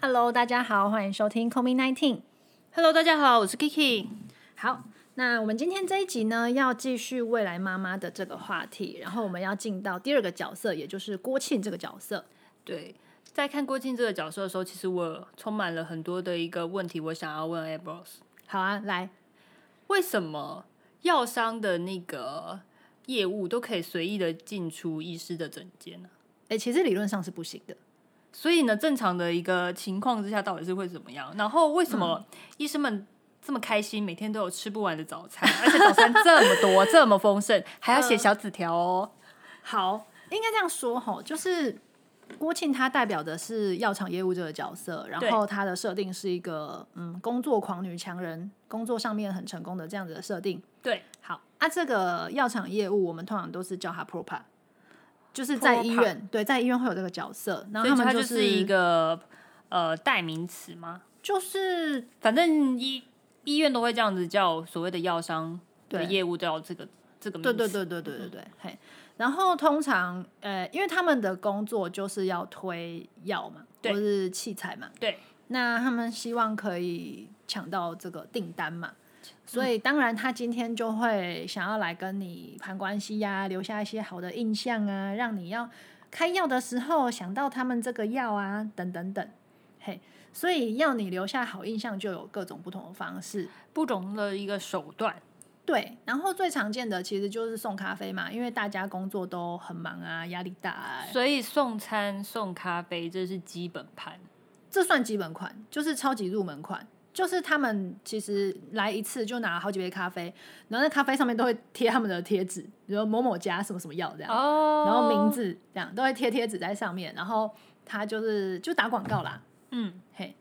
Hello，大家好，欢迎收听 Coming Nineteen。 Hello，大家好，我是 Kiki。好，那我们今天这一集呢，要继续未来妈妈的这个话题，然后我们要进到第二个角色，也就是郭庆这个角色。对，在看郭靖这个角色的时候，其实我充满了很多的一个问题，我想要问 Abros，好啊，来，为什么药商的那个业务都可以随意的进出医师的诊间呢、哎、其实理论上是不行的。所以呢，正常的一个情况之下，到底是会怎么样？然后为什么医生们这么开心，每天都有吃不完的早餐， 而且早餐这么多，这么丰盛，还要写小纸条 哦？好，应该这样说吼，就是郭庆他代表的是药厂业务这个角色，然后他的设定是一个嗯工作狂女强人，工作上面很成功的这样子的设定。对，好啊，这个药厂业务我们通常都是叫他 propa，就是在 Propa 医院，对，在医院会有这个角色，然所后以他它们就是是一个呃代名词吗？就是反正医医院都会这样子叫所谓的药商的对业务都要这个这个名嗯对字。对对对对对对，嘿。然后通常，呃，因为他们的工作就是要推药嘛，或对是器材嘛，对。那他们希望可以抢到这个订单嘛，嗯所以当然他今天就会想要来跟你攀关系呀、留下一些好的印象啊，让你要开药的时候想到他们这个药啊，等等等，嘿。所以要你留下好印象，就有各种不同的方式。不同的一个手段。对，然后最常见的其实就是送咖啡嘛，因为大家工作都很忙啊，压力大、啊，所以送餐送咖啡这是基本盘。这算基本款，就是超级入门款。就是他们其实来一次就拿好几杯咖啡，然后那咖啡上面都会贴他们的贴纸，比如某某家什么什么药这样，哦然后名，字这样都会贴贴纸在上面，然后他就是就打广告啦，嗯，嘿，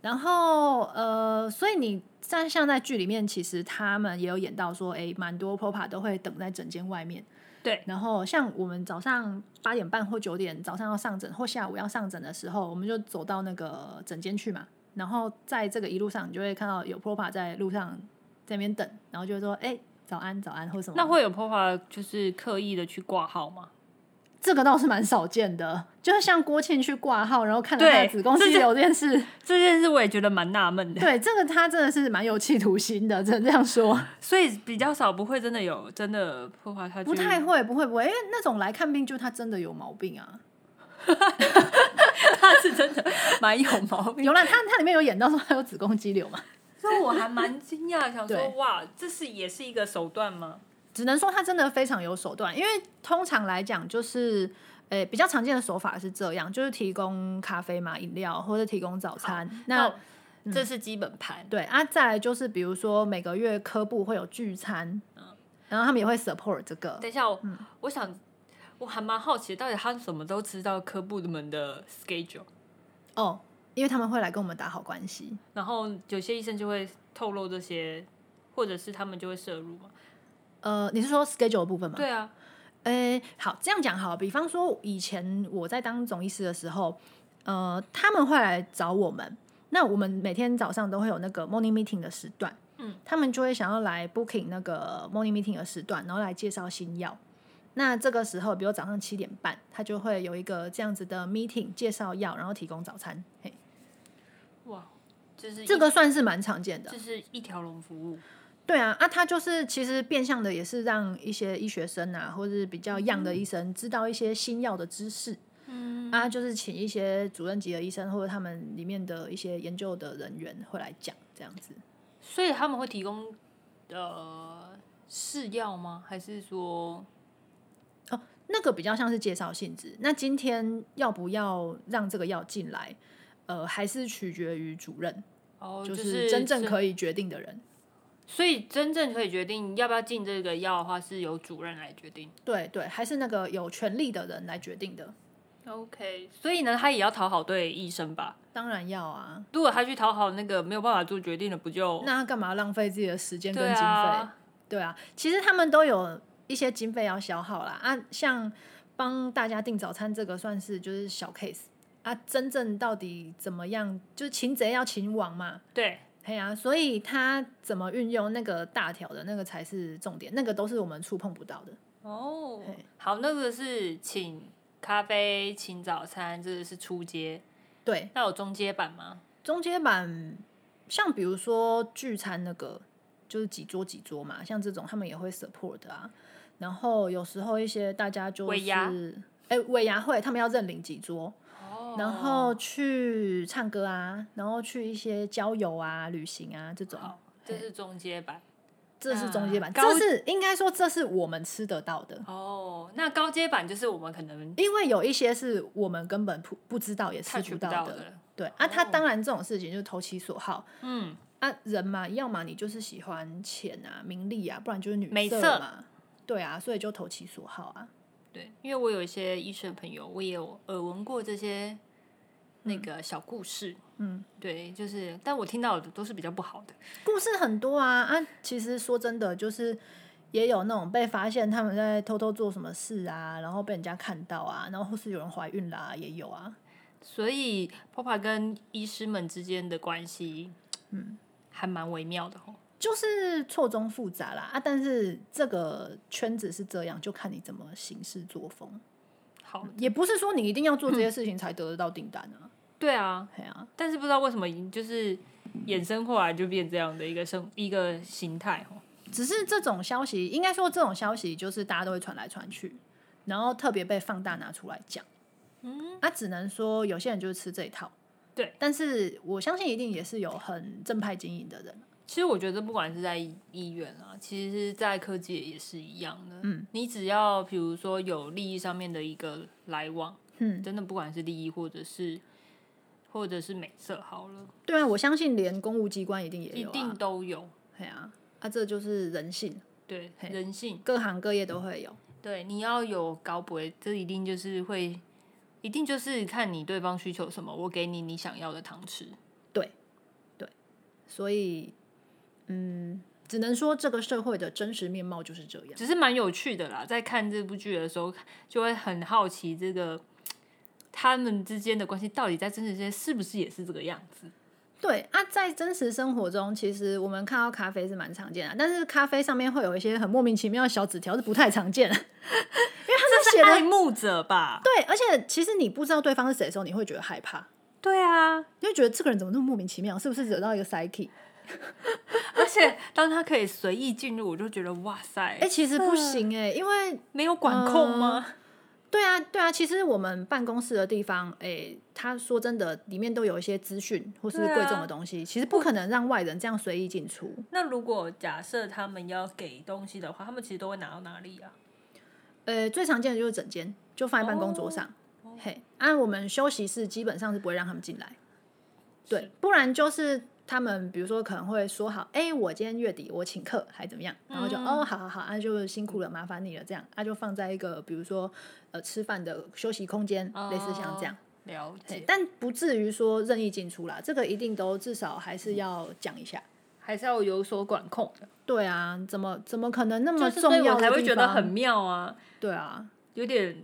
然后呃，所以你像像在剧里面，其实他们也有演到说，诶，蛮多 POPA 都会等在诊间外面。对，然后像我们早上八点半或九点早上要上诊，或下午要上诊的时候，我们就走到那个诊间去嘛。然后在这个一路上，你就会看到有 POPA 在路上在那边等，然后就会说，诶，早安，早安，或什么。那会有破法就是刻意的去挂号吗？这个倒是蛮少见的，就是像郭庆去挂号，然后看到他的对子宫这肌就瘤这件事，这件事我也觉得蛮纳闷的， 对这个他真的是蛮有企图心的，只能这样说。所以比较少不会真的有真的破法他不太会，不会，不会，因为那种来看病就是他真的有毛病啊。他是真的蛮有毛病。有啦，他他里面有演到说他有子宫肌瘤嘛， 所以我还蛮惊讶，想对说哇，这是也是一个手段吗？只能说他真的非常有手段。因为通常来讲，就是呃、比较常见的手法是这样，就是提供咖啡嘛、饮料或者提供早餐。那哦这是基本盘。对啊，再来就是比如说每个月科部会有聚餐，然后他们也会 support 这个。等一下，我、嗯我想我还蛮好奇，到底他怎么都知道科部们的 schedule？哦，因为他们会来跟我们打好关系。然后有些医生就会透露这些，或者是他们就会摄入嘛？呃，你是说 schedule 的部分吗？对啊，诶，好，这样讲好了。比方说，以前我在当总医师的时候，呃，他们会来找我们。那我们每天早上都会有那个 morning meeting 的时段，嗯，他们就会想要来 booking 那个 morning meeting 的时段，然后来介绍新药。那这个时候，比如早上七点半，他就会有一个这样子的 meeting 介绍药，然后提供早餐。嘿，哇，就是一这个算是蛮常见的就。是一条龙服务，对啊，啊，他就是其实变相的也是让一些医学生啊，或是比较 young 的医生知道一些新药的知识。嗯，啊，就是请一些主任级的医生或者他们里面的一些研究的人员会来讲这样子。所以他们会提供呃试药吗？还是说那个比较像是介绍性质。那今天要不要让这个药进来，呃，还是取决于主任，哦，就是真正以，可以决定的人。所以真正可以决定要不要进这个药的话，是由主任来决定。对对，还是那个有权利的人来决定的。 OK，所以呢，他也要讨好对医生吧？当然要啊，如果他去讨好那个没有办法做决定的，不就那他干嘛浪费自己的时间跟对经费？啊？对啊，其实他们都有一些经费要消耗啦啊，像帮大家订早餐这个算是就是小 case 啊，真正到底怎么样，就是擒贼要擒王嘛，对，嘿啊，所以他怎么运用那个大条的那个才是重点，那个都是我们触碰不到的。哦对，好，那个是请咖啡、请早餐，这个是出街。对，那有中阶版吗？中阶版像比如说聚餐那个，就是几桌几桌嘛，像这种他们也会 support 啊。然后有时候一些大家就尾牙是哎尾牙会，他们要认领几桌，哦然后去唱歌啊，然后去一些郊游啊、旅行啊这种。好，这是中阶版。这是中阶版，嗯高这是应该说这是我们吃得到的，哦，那高阶版就是我们可能因为有一些是我们根本不不知道也吃 touch 不不到到的。的。对啊，他哦当然这种事情就是投其所好，嗯，啊，人嘛，要么你就是喜欢钱啊、名利啊，不然就是女美色色嘛。对啊，所以就投其所好啊。对，因为我有一些医生朋友，我也有耳闻过这些那个小故事。嗯，对，就是，但我听到的都是比较不好的。故事很多啊啊，其实说真的，就是也有那种被发现他们在偷偷做什么事啊，然后被人家看到啊，然后或是有人怀孕啦、也有啊。所以 Papa 跟医师们之间的关系，嗯，还蛮微妙的哦。就是错综复杂啦啊，但是这个圈子是这样，就看你怎么行事作风，好，也不是说你一定要做这些事情才得得到订单啊，对啊，对啊，但是不知道为什么，就是衍生后来就变这样的一个生一个形态哦。只是这种消息，应该说这种消息就是大家都会传来传去，然后特别被放大拿出来讲。嗯，那、只能说有些人就是吃这一套。对，但是我相信一定也是有很正派经营的人。其实我觉得，不管是在医医院啊，其实是在科技也是一样的。嗯，你只要比如说有利益上面的一个来往，嗯，真的不管是利益或者是或者是美色好了，对啊，我相信连公务机关一定也一有、啊，定都有。对啊，啊，这就是人性，对，嘿人性，各行各业都会有。对，你要有高博，这一定就是会，一定就是看你对方需求什么，我给你你想要的糖吃。所以，嗯，只能说这个社会的真实面貌就是这样。只是蛮有趣的啦，在看这部剧的时候，就会很好奇这个他们之间的关系到底在真实界是不是也是这个样子？对啊，在真实生活中，其实我们看到咖啡是蛮常见的，但是咖啡上面会有一些很莫名其妙的小纸条是不太常见的，因为他们写是爱的慕者吧？对，而且其实你不知道对方是谁的时候，你会觉得害怕，对啊，你会觉得这个人怎么那么莫名其妙，是不是惹到一个 psyche？而且当他可以随意进入，我就觉得哇塞，哎、其实不行哎、因为没有管控吗？对啊，对啊，其实我们办公室的地方，哎、他说真的，里面都有一些资讯或是对啊贵重的东西，其实不可能让外人这样随意进出。那如果假设他们要给东西的话，他们其实都会拿到哪里啊？呃，最常见的就是整间，就放在办哦公桌上。嘿，按、我们休息室基本上是不会让他们进来，对，不然就是他们比如说可能会说好，哎、我今天月底我请客还怎么样，然后就、嗯哦，好好好，那、就辛苦了，麻烦你了，这样，那、就放在一个比如说呃吃饭的休息空间，类似像这样。哦了嘿解，但不至于说任意进出啦，这个一定都至少还嗯是要讲一下。还是要有所管控的。对啊，怎么怎么可能那么就是所重以要我的才会地觉得方很妙啊，对啊，有点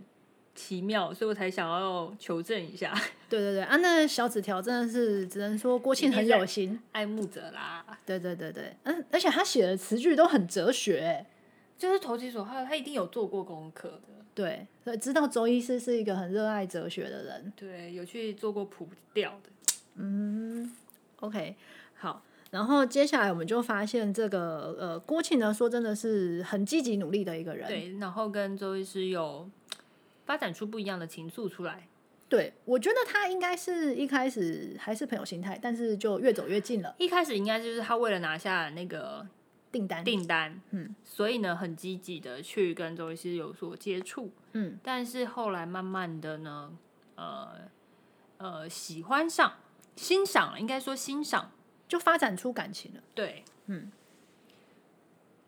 奇妙，所以我才想要求证一下。对对对啊，那小纸条真的是只能说郭庆很有心。爱慕者啦，对对对对，嗯，而且他写的词句都很哲学、欸，就是投其所好，他一定有做过功课的，对，所以知道周医师是一个很热爱哲学的人。对，有去做过普调的， OK，好，然后接下来我们就发现这个呃郭庆呢，说真的是很积极努力的一个人。对，然后跟周医师有发展出不一样的情愫出来，对我觉得他应该是一开始还是朋友心态，但是就越走越近了，一开始应该就是他为了拿下那个订单。订单，嗯，所以呢很积极的去跟周医师有所接触，嗯，但是后来慢慢的呢，呃呃喜欢上。欣赏了，应该说欣赏，就发展出感情了。对，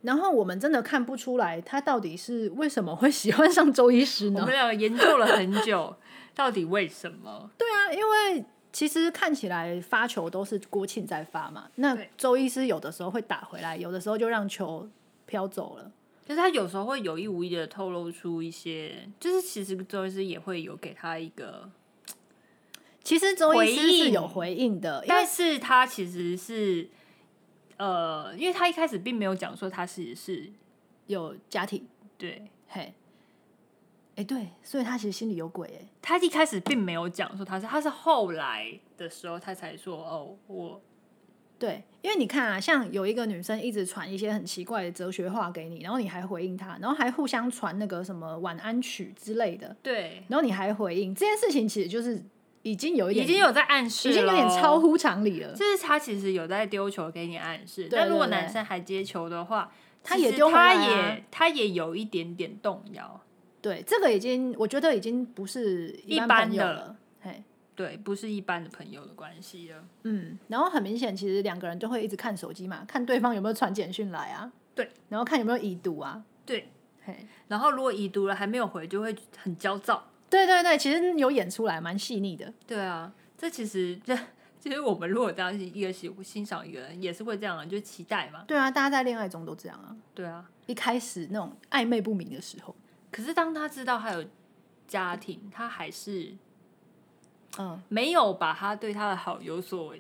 然后我们真的看不出来他到底是为什么会喜欢上周医师我呢们？俩研究了很久， 到底为什么？对啊，因为其实看起来发球都是郭庆在发嘛，那对周医师有的时候会打回来，有的时候就让球飘走了。就是他有时候会有意无意的透露出一些，就是其实周医师也会有给他一个，其实周医师回应是有回应的，因为但是他其实是，呃，因为他一开始并没有讲说他其实是有家庭，对，嘿，哎、哎，对，所以他其实心里有鬼哎。他一开始并没有讲说他是，他是后来的时候他才说哦，我对，因为你看啊，像有一个女生一直传一些很奇怪的哲学话给你，然后你还回应她，然后还互相传那个什么晚安曲之类的，对，然后你还回应这件事情，其实就是已经有一点已经有在暗示，已经有点超。乎常理了。就是他其如果男生还接球的话其实有在丢球给你暗示，对但如果对对男生还接球的话，他其也实丢回他来啊也他也有一点点动摇，对，这个已经我觉得已经不是一般般朋友的了。嘿，对，不是一般的朋友的关系了。嗯，然后很明显，其实两个人就会一直看手机嘛，看对方有没有传简讯来啊，对，然后看有没有已读啊，对，嘿，然后如果已读了还没有回，就会很焦躁。对对对，其实有演出来，蛮细腻的。对啊，这其实 这其实我们如果当一个喜欣赏一个人，也是会这样啊，就期待嘛。对啊，大家在恋爱中都这样啊，对啊，一开始那种暧昧不明的时候，可是当他知道他有家庭，他还是嗯，没有把他对他的好有所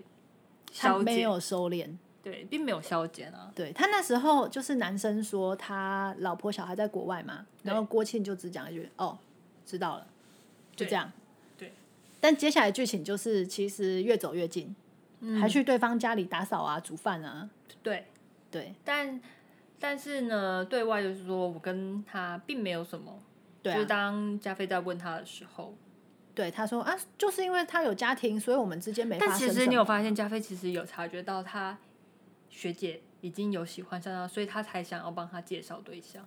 他消没减，有收敛。对，并没有消减啊。对他那时候就是男生说他老婆小孩在国外嘛，对然后郭庆就只讲一句哦，知道了，就对这样。对。但接下来剧情就是，其实越走越近，嗯还去对方家里打扫啊、煮饭啊。对，对但但是呢，对外就是说我跟他并没有什么。对就是啊，当加菲在问他的时候，对他说啊，就是因为他有家庭，所以我们之间没发但生什其么。实你有发现，加菲其实有察觉到他学姐已经有喜欢上他，所以他才想要帮他介绍对象。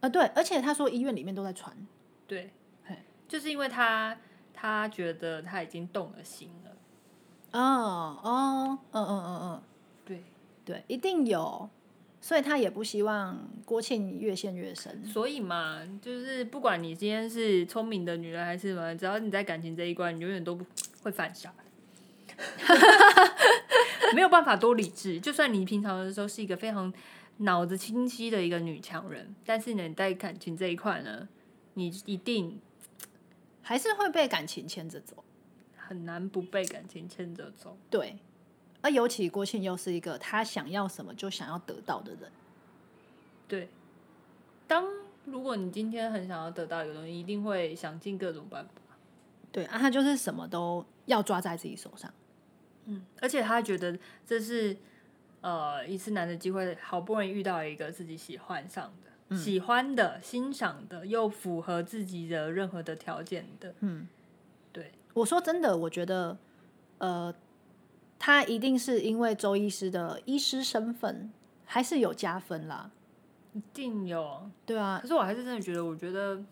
呃，对，而且他说医院里面都在传，对嘿，就是因为他他觉得他已经动了心了。哦哦，嗯嗯嗯嗯，对，对，一定有，所以他也不希望郭庆越陷越深。所以嘛，就是不管你今天是聪明的女人还是什么，只要你在感情这一关，你永远都不会犯傻。 没有办法多理智，就算你平常的时候是一个非常脑子清晰的一个女强人，但是呢，你在感情这一块呢，你一定还是会被感情牵着走。很难不被感情牵着走。对，而尤其郭庆又是一个他想要什么就想要得到的人。对，当如果你今天很想要得到一个东西，一定会想尽各种办法。对啊，他就是什么都要抓在自己手上。嗯，而且他觉得这是呃一次难得机会，好不容易遇到一个自己喜欢上的、嗯喜欢的、欣赏的，又符合自己的任何的条件的。嗯，对，我说真的，我觉得，呃，他一定是因为周医师的医师身份还是有加分啦。一定有。对啊，可是我还是真的觉得，我觉得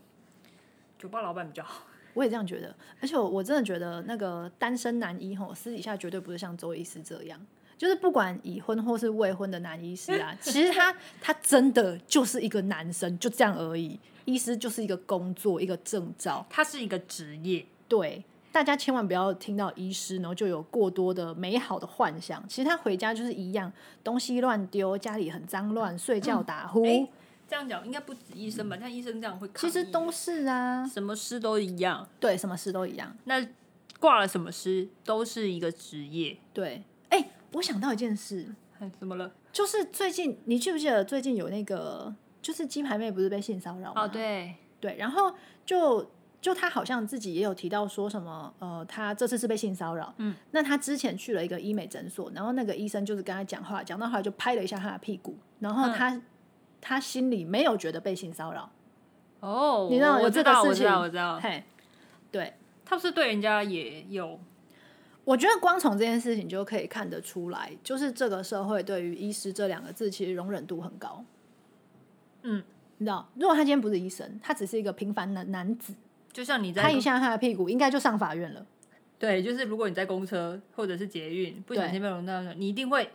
酒吧老板比较好。我也这样觉得。而且我我真的觉得那个单身男医吼，私底下绝对不是像周医师这样。就是不管已婚或是未婚的男医师啊，其实 他他真的就是一个男生，就这样而已。医师就是一个工作，一个证照。它是一个职业，对，大家千万不要听到医师，然后就有过多的美好的幻想。其实他回家就是一样，东西乱丢，家里很脏乱，睡嗯觉打呼，诶这样讲应该不止医生吧？像医生这样会抗嗯其议，实都是啊，什么师都一样。对，什么事都一样。那挂了什么师都是一个职业。对，哎、我想到一件事， 哎，怎么了？就是最近你记不记得最近有那个，就是鸡排妹不是被性骚扰吗？哦，对，对，然后就就她好像自己也有提到说什么，呃，她这次是被性骚扰，嗯，那她之前去了一个医美诊所，然后那个医生就是跟她讲话，讲到后来就拍了一下她的屁股，然后嗯她、她心里没有觉得被性骚扰，哦，你知道我有我这个知道，事我知道，情我知道，嘿，对，他不是对人家也有，我觉得光从这件事情就可以看得出来，就是这个社会对于医师这两个字其实容忍度很高，嗯，你知道，如果他今天不是医生，他只是一个平凡的男子，就像你在拍一下他的屁股，应该就上法院了。对，就是如果你在公车或者是捷运不小心被轮到，你一定会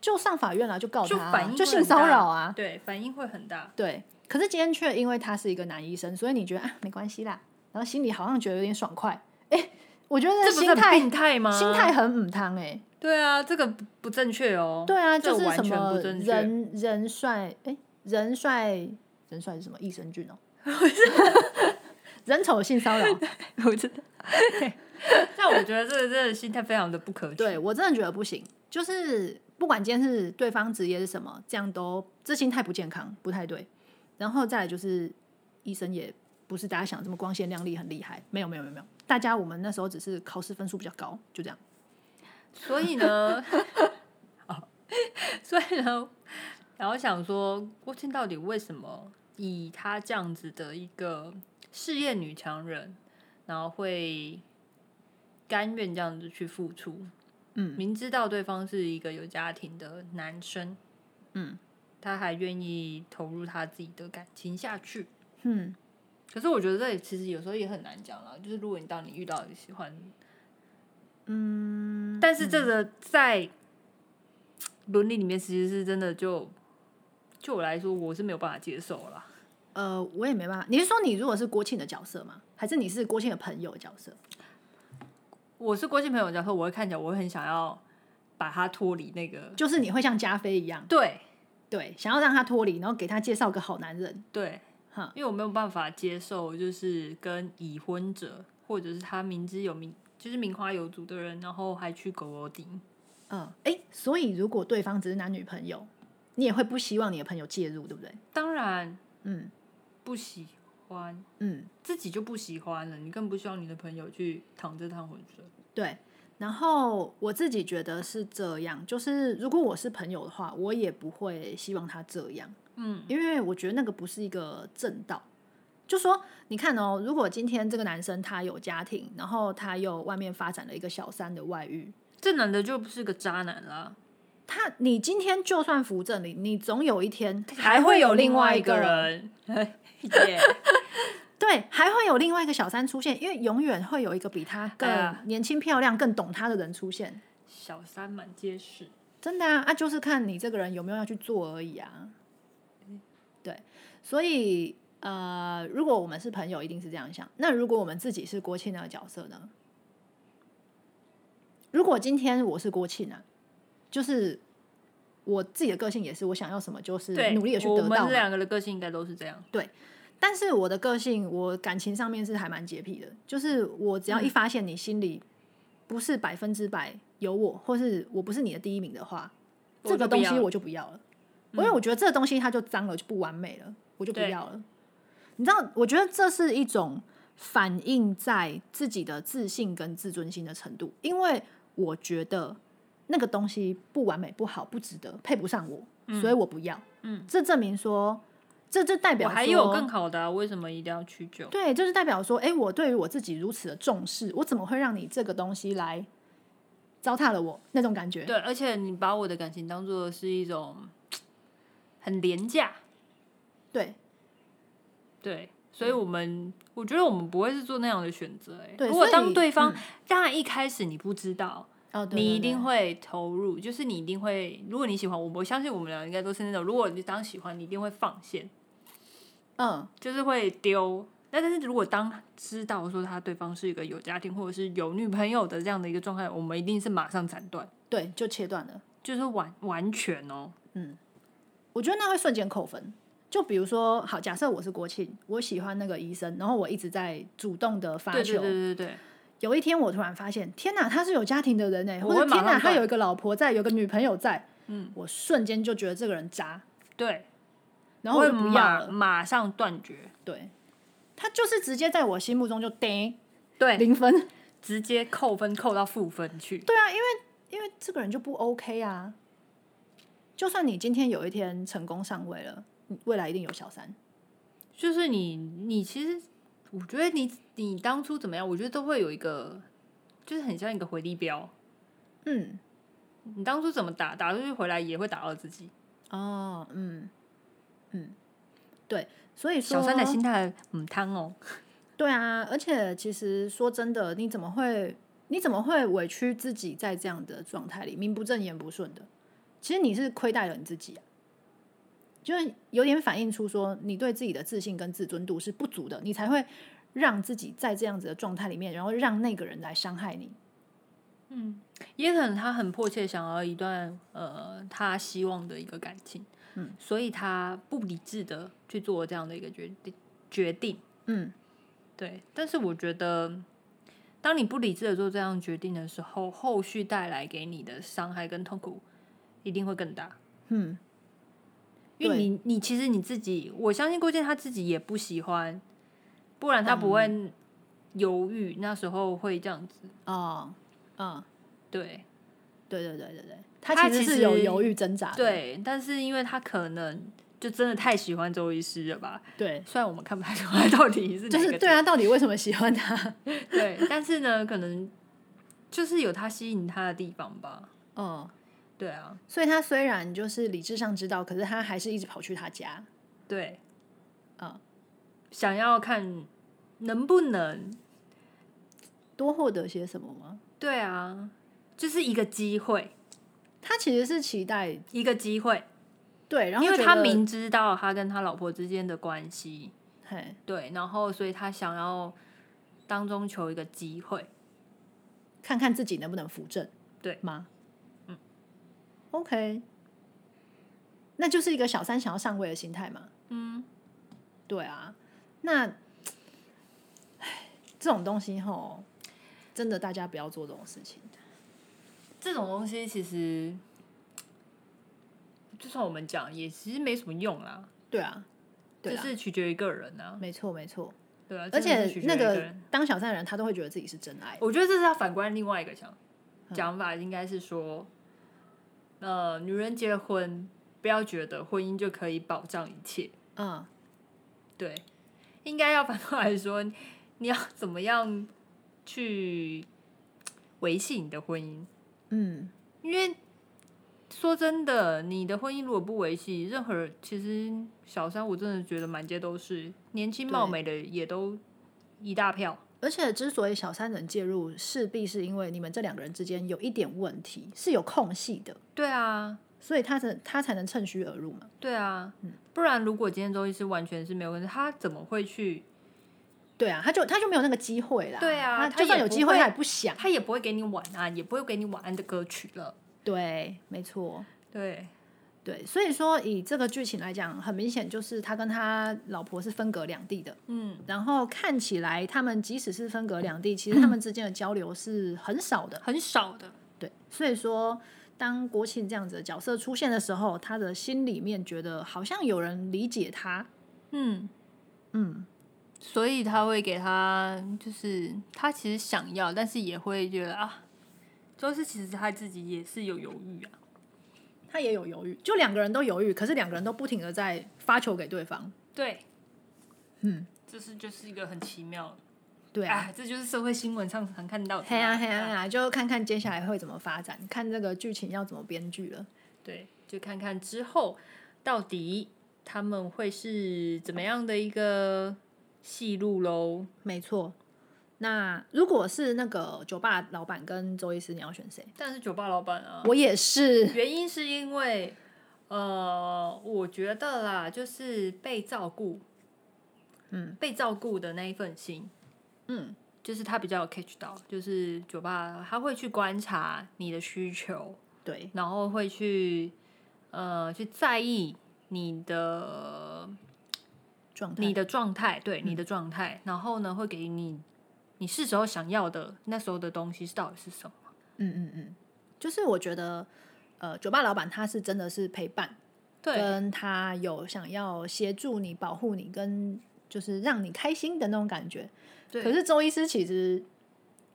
就上法院了，就告他就啊、反应就会性很骚大扰啊，对，反应会很大。对。可是今天却因为他是一个男医生，所以你觉得啊没关系啦，然后心里好像觉得有点爽快，哎、我觉得这不心是很态病态吗？心态很母汤哎，对啊，这个不不正确哦。对啊，这就是完什全么不正确。人人帅哎、人帅人帅是什么益生 菌哦、人丑性骚扰，我知道。但我觉得这个这个心态非常的不可取。对我真的觉得不行，就是不管今天是对方职业是什么，这样都这心态不健康，不太对。然后再来就是医生也不是大家想这么光鲜亮丽、很厉害，没有没有没有没有，大家我们那时候只是考试分数比较高，就这样。所以呢， 哦所以呢，然后想说，郭庆到底为什么以她这样子的一个事业女强人，然后会甘愿这样子去付出？嗯，明知道对方是一个有家庭的男生，嗯，他还愿意投入他自己的感情下去。嗯，可是我觉得这里其实有时候也很难讲啦，就是如果你当你遇到你喜欢，嗯，但是这个在伦理里面其实是真的就，就我来说我是没有办法接受啦。呃，我也没办法。你是说你如果是郭庆的角色吗？还是你是郭庆的朋友的角色？我是郭敬朋友讲说，我会看起来我会很想要把他脱离那个，就是你会像加菲一样，对对，想要让他脱离，然后给他介绍个好男人。对哈，因为我没有办法接受就是跟已婚者或者是他明知有名就是名花有主的人，然后还去狗狗顶。嗯，哎，所以如果对方只是男女朋友，你也会不希望你的朋友介入，对不对？当然嗯不喜欢。嗯，自己就不喜欢了，你更不希望你的朋友去淌这趟浑水。对。然后我自己觉得是这样，就是如果我是朋友的话，我也不会希望他这样。嗯，因为我觉得那个不是一个正道。就说你看哦，如果今天这个男生他有家庭，然后他又外面发展了一个小三的外遇，这男的就不是个渣男啦，他你今天就算扶正你，你总有一天会有另外一个人，人。哎耶，对，还会有另外一个小三出现，因为永远会有一个比他更哎呀年轻漂亮、更懂他的人出现。小三满街 是。真的啊，啊，就是看你这个人有没有要去做而已啊。对，所以呃，如果我们是朋友，一定是这样想。那如果我们自己是郭庆那个角色呢？如果今天我是郭庆啊，就是我自己的个性也是，我想要什么就是对，努力的去我得到们嘛。两个的个性应该都是这样。但是我的个性，我感情上面是还蛮洁癖的，就是我只要一发现你心里不是百分之百有我，或是我不是你的第一名的话，我这就个不东西要嗯我就不要了，因为我觉得这个东西它就脏了，就不完美了，我就不对要了。你知道，我觉得这是一种反映在自己的自信跟自尊心的程度，因为我觉得那个东西不完美、不好、不值得、配不上我，所以我不要。嗯，这证明说，这就代表我还说有更好的、啊，为什么一定要屈就？对，就是代表说，哎，我对于我自己如此的重视，我怎么会让你这个东西来糟蹋了我那种感觉？对，而且你把我的感情当做是一种很廉价，对对，所以我们、我觉得我们不会是做那样的选择、欸。对如果所以当对方、嗯当然一开始你不知道，哦，对你一对定对会投入，就是你一定会，如果你喜欢我，我相信我们俩应该都是那种，如果你当喜欢，你一定会放线，嗯，就是会丢。那但是如果当知道说他对方是一个有家庭或者是有女朋友的这样的一个状态，我们一定是马上斩断，对，就切断了。就是完完全哦，我觉得那会瞬间扣分。就比如说，好，假设我是国庆，我喜欢那个医生，然后我一直在主动的发对对球。对对对，有一天我突然发现，天哪，他是有家庭的人哎，或我者会马天哪，上他断有一个老婆在，有个女朋友在，嗯，我瞬间就觉得这个人渣，对，然后我就会不要马了。马上断绝，对，他就是直接在我心目中就叮对，零分。直接扣分扣到负分去，对啊，因为因为这个人就不 OK 啊。就算你今天有一天成功上位了，你未来一定有小三。就是你，你其实，我觉得你你当初怎么样，我觉得都会有一个，就是很像一个回力镖。嗯，你当初怎么打，打出去回来也会打到自己。哦，嗯，嗯，对，所以说小三的心态，嗯，汤哦，对啊，而且其实说真的，你怎么会你怎么会委屈自己在这样的状态里，名不正言不顺的？其实你是亏待了你自己啊，就是有点反映出说你对自己的自信跟自尊度是不足的，你才会让自己在这样子的状态里面，然后让那个人来伤害你。也可能他很迫切想要一段呃他希望的一个感情，嗯，所以他不理智的去做这样的一个决定决定，嗯，对。但是我觉得，当你不理智的做这样决定的时候，后续带来给你的伤害跟痛苦一定会更大。嗯，因为对你你其实你自己，我相信郭健他自己也不喜欢，不然他不嗯会犹豫，那时候会这样子。哦，嗯，对对对对对对，他他其实其是有实犹豫挣扎的，对，但是因为他可能就真的太喜欢周医师了吧？对，虽然我们看不太出来到底是哪就一是个对啊，到底为什么喜欢他？ 对，但是呢，可能就是有他吸引他的地方吧。嗯，对啊，所以他虽然就是理智上知道，可是他还是一直跑去他家。对，嗯，想要看能不能多获得些什么吗？对啊，就是一个机会，他其实是期待一个机会，对，然后因为觉他得明知道他跟他老婆之间的关系，嘿，对，然后所以他想要当中求一个机会，看看自己能不能扶正，对吗？嗯，OK，那就是一个小三想要上位的心态嘛。嗯，对啊，那唉这种东西吼，真的大家不要做这种事情。这种东西其实就算我们讲，也其实没什么用啦，对啊，对就啊，是取决于个人啊，没错没错。对啊，而真的是且取决那于个个人当小三的人，他都会觉得自己是真爱。我觉得这是要反观另外一个想嗯讲法，应该是说，呃，女人结婚不要觉得婚姻就可以保障一切，嗯，对，应该要反过来说，你要怎么样去维系你的婚姻？嗯，因为说真的，你的婚姻如果不维系，任何人其实小三，我真的觉得满街都是，年轻貌美的也都一大票。而且之所以小三能介入，势必是因为你们这两个人之间有一点问题，是有空隙的，对啊，所以他才他才能趁虚而入嘛。对啊，不然如果今天周医师完全是没有问题，他怎么会去？对啊，他就他就没有那个机会啦。对啊他他就算也有不机会，会他也不想。他也不会给你晚安，也不会给你晚安的歌曲了。对，没错。对，对，所以说以这个剧情来讲，很明显就是他跟他老婆是分隔两地的。嗯，然后看起来他们即使是分隔两地， 其实他们之间的交流是很少的。很少的。对，所以说当国庆这样子的角色出现的时候，他的心里面觉得好像有人理解他。嗯，嗯，所以他会给他，就是他其实想要，但是也会觉得啊，周医师其实他自己也是有犹豫啊。他也有犹豫，就两个人都犹豫，可是两个人都不停的在发球给对方。对，嗯，这是就是一个很奇妙的，对啊，哎，这就是社会新闻常常看到的。嘿啊嘿啊嘿啊，就看看接下来会怎么发展，看这个剧情要怎么编剧了。对，就看看之后到底他们会是怎么样的一个戏路喽。没错。那如果是那个酒吧老板跟周医师，你要选谁？但是酒吧老板啊，我也是，原因是因为呃，我觉得啦，就是被照顾，嗯，被照顾的那一份心，嗯，就是他比较有 catch 到，就是酒吧他会去观察你的需求，对，然后会去呃去在意你的状态嗯你的状态，对你的状态，然后呢，会给你你是时候想要的那时候的东西是到底是什么？嗯嗯嗯，就是我觉得，呃，酒吧老板他是真的是陪伴，对跟他有想要协助你、保护你，跟就是让你开心的那种感觉。对可是周医师其实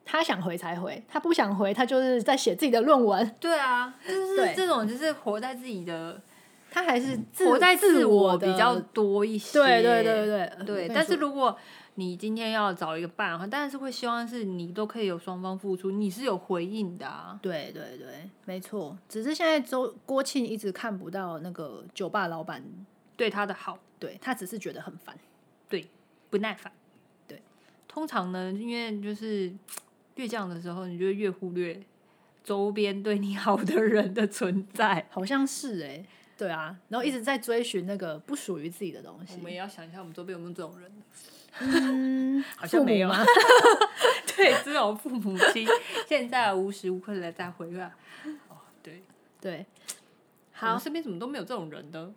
他想回才回，他不想回，他就是在写自己的论文，对啊，就是对这种就是活在自己的他还是自活在自自我的比较多一些。对对对对对对呃我跟你但是说如果你今天要找一个伴的话，当然是会希望是你都可以有双方付出，你是有回应的啊。对对对，没错。只是现在周郭庆一直看不到那个酒吧老板，对他的好，对他只是觉得很烦。对不耐烦，对。通常呢，因为就是越这样的时候，你就会越忽略周边对你好的人的存在。好像是哎、对啊，然后一直在追寻那个不属于自己的东西我。们也要想一下，我们周边有没有这种人？嗯，好像父母没有吗 对，这种父母亲现在无时无刻的在回来。哦，对，对，我好们，身边怎么都没有这种人呢？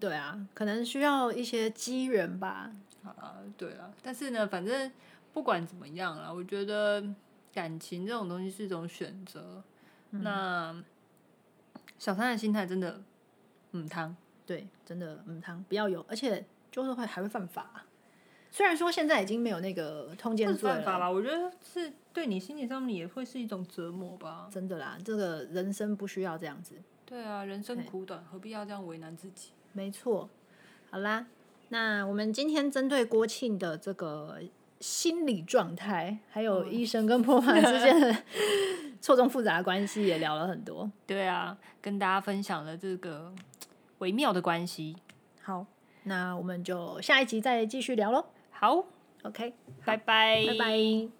对啊，可能需要一些机缘吧。啊，对啊。但是呢，反正不管怎么样啦，我觉得感情这种东西是一种选择。那小三的心态真的，嗯，汤。对，真的嗯，汤不要有，而且就是会还会犯法。虽然说现在已经没有那个通奸犯罪法了，吧？我觉得是对你心理上面也会是一种折磨吧。真的啦，这个人生不需要这样子。对啊，人生苦短，何必要这样为难自己？没错，好啦，那我们今天针对郭庆的这个心理状态，还有嗯医生跟破法之间 的错综复杂的关系，也聊了很多。对啊，跟大家分享了这个微妙的关系。好，那我们就下一集再继续聊喽。好， OK，拜拜，拜拜。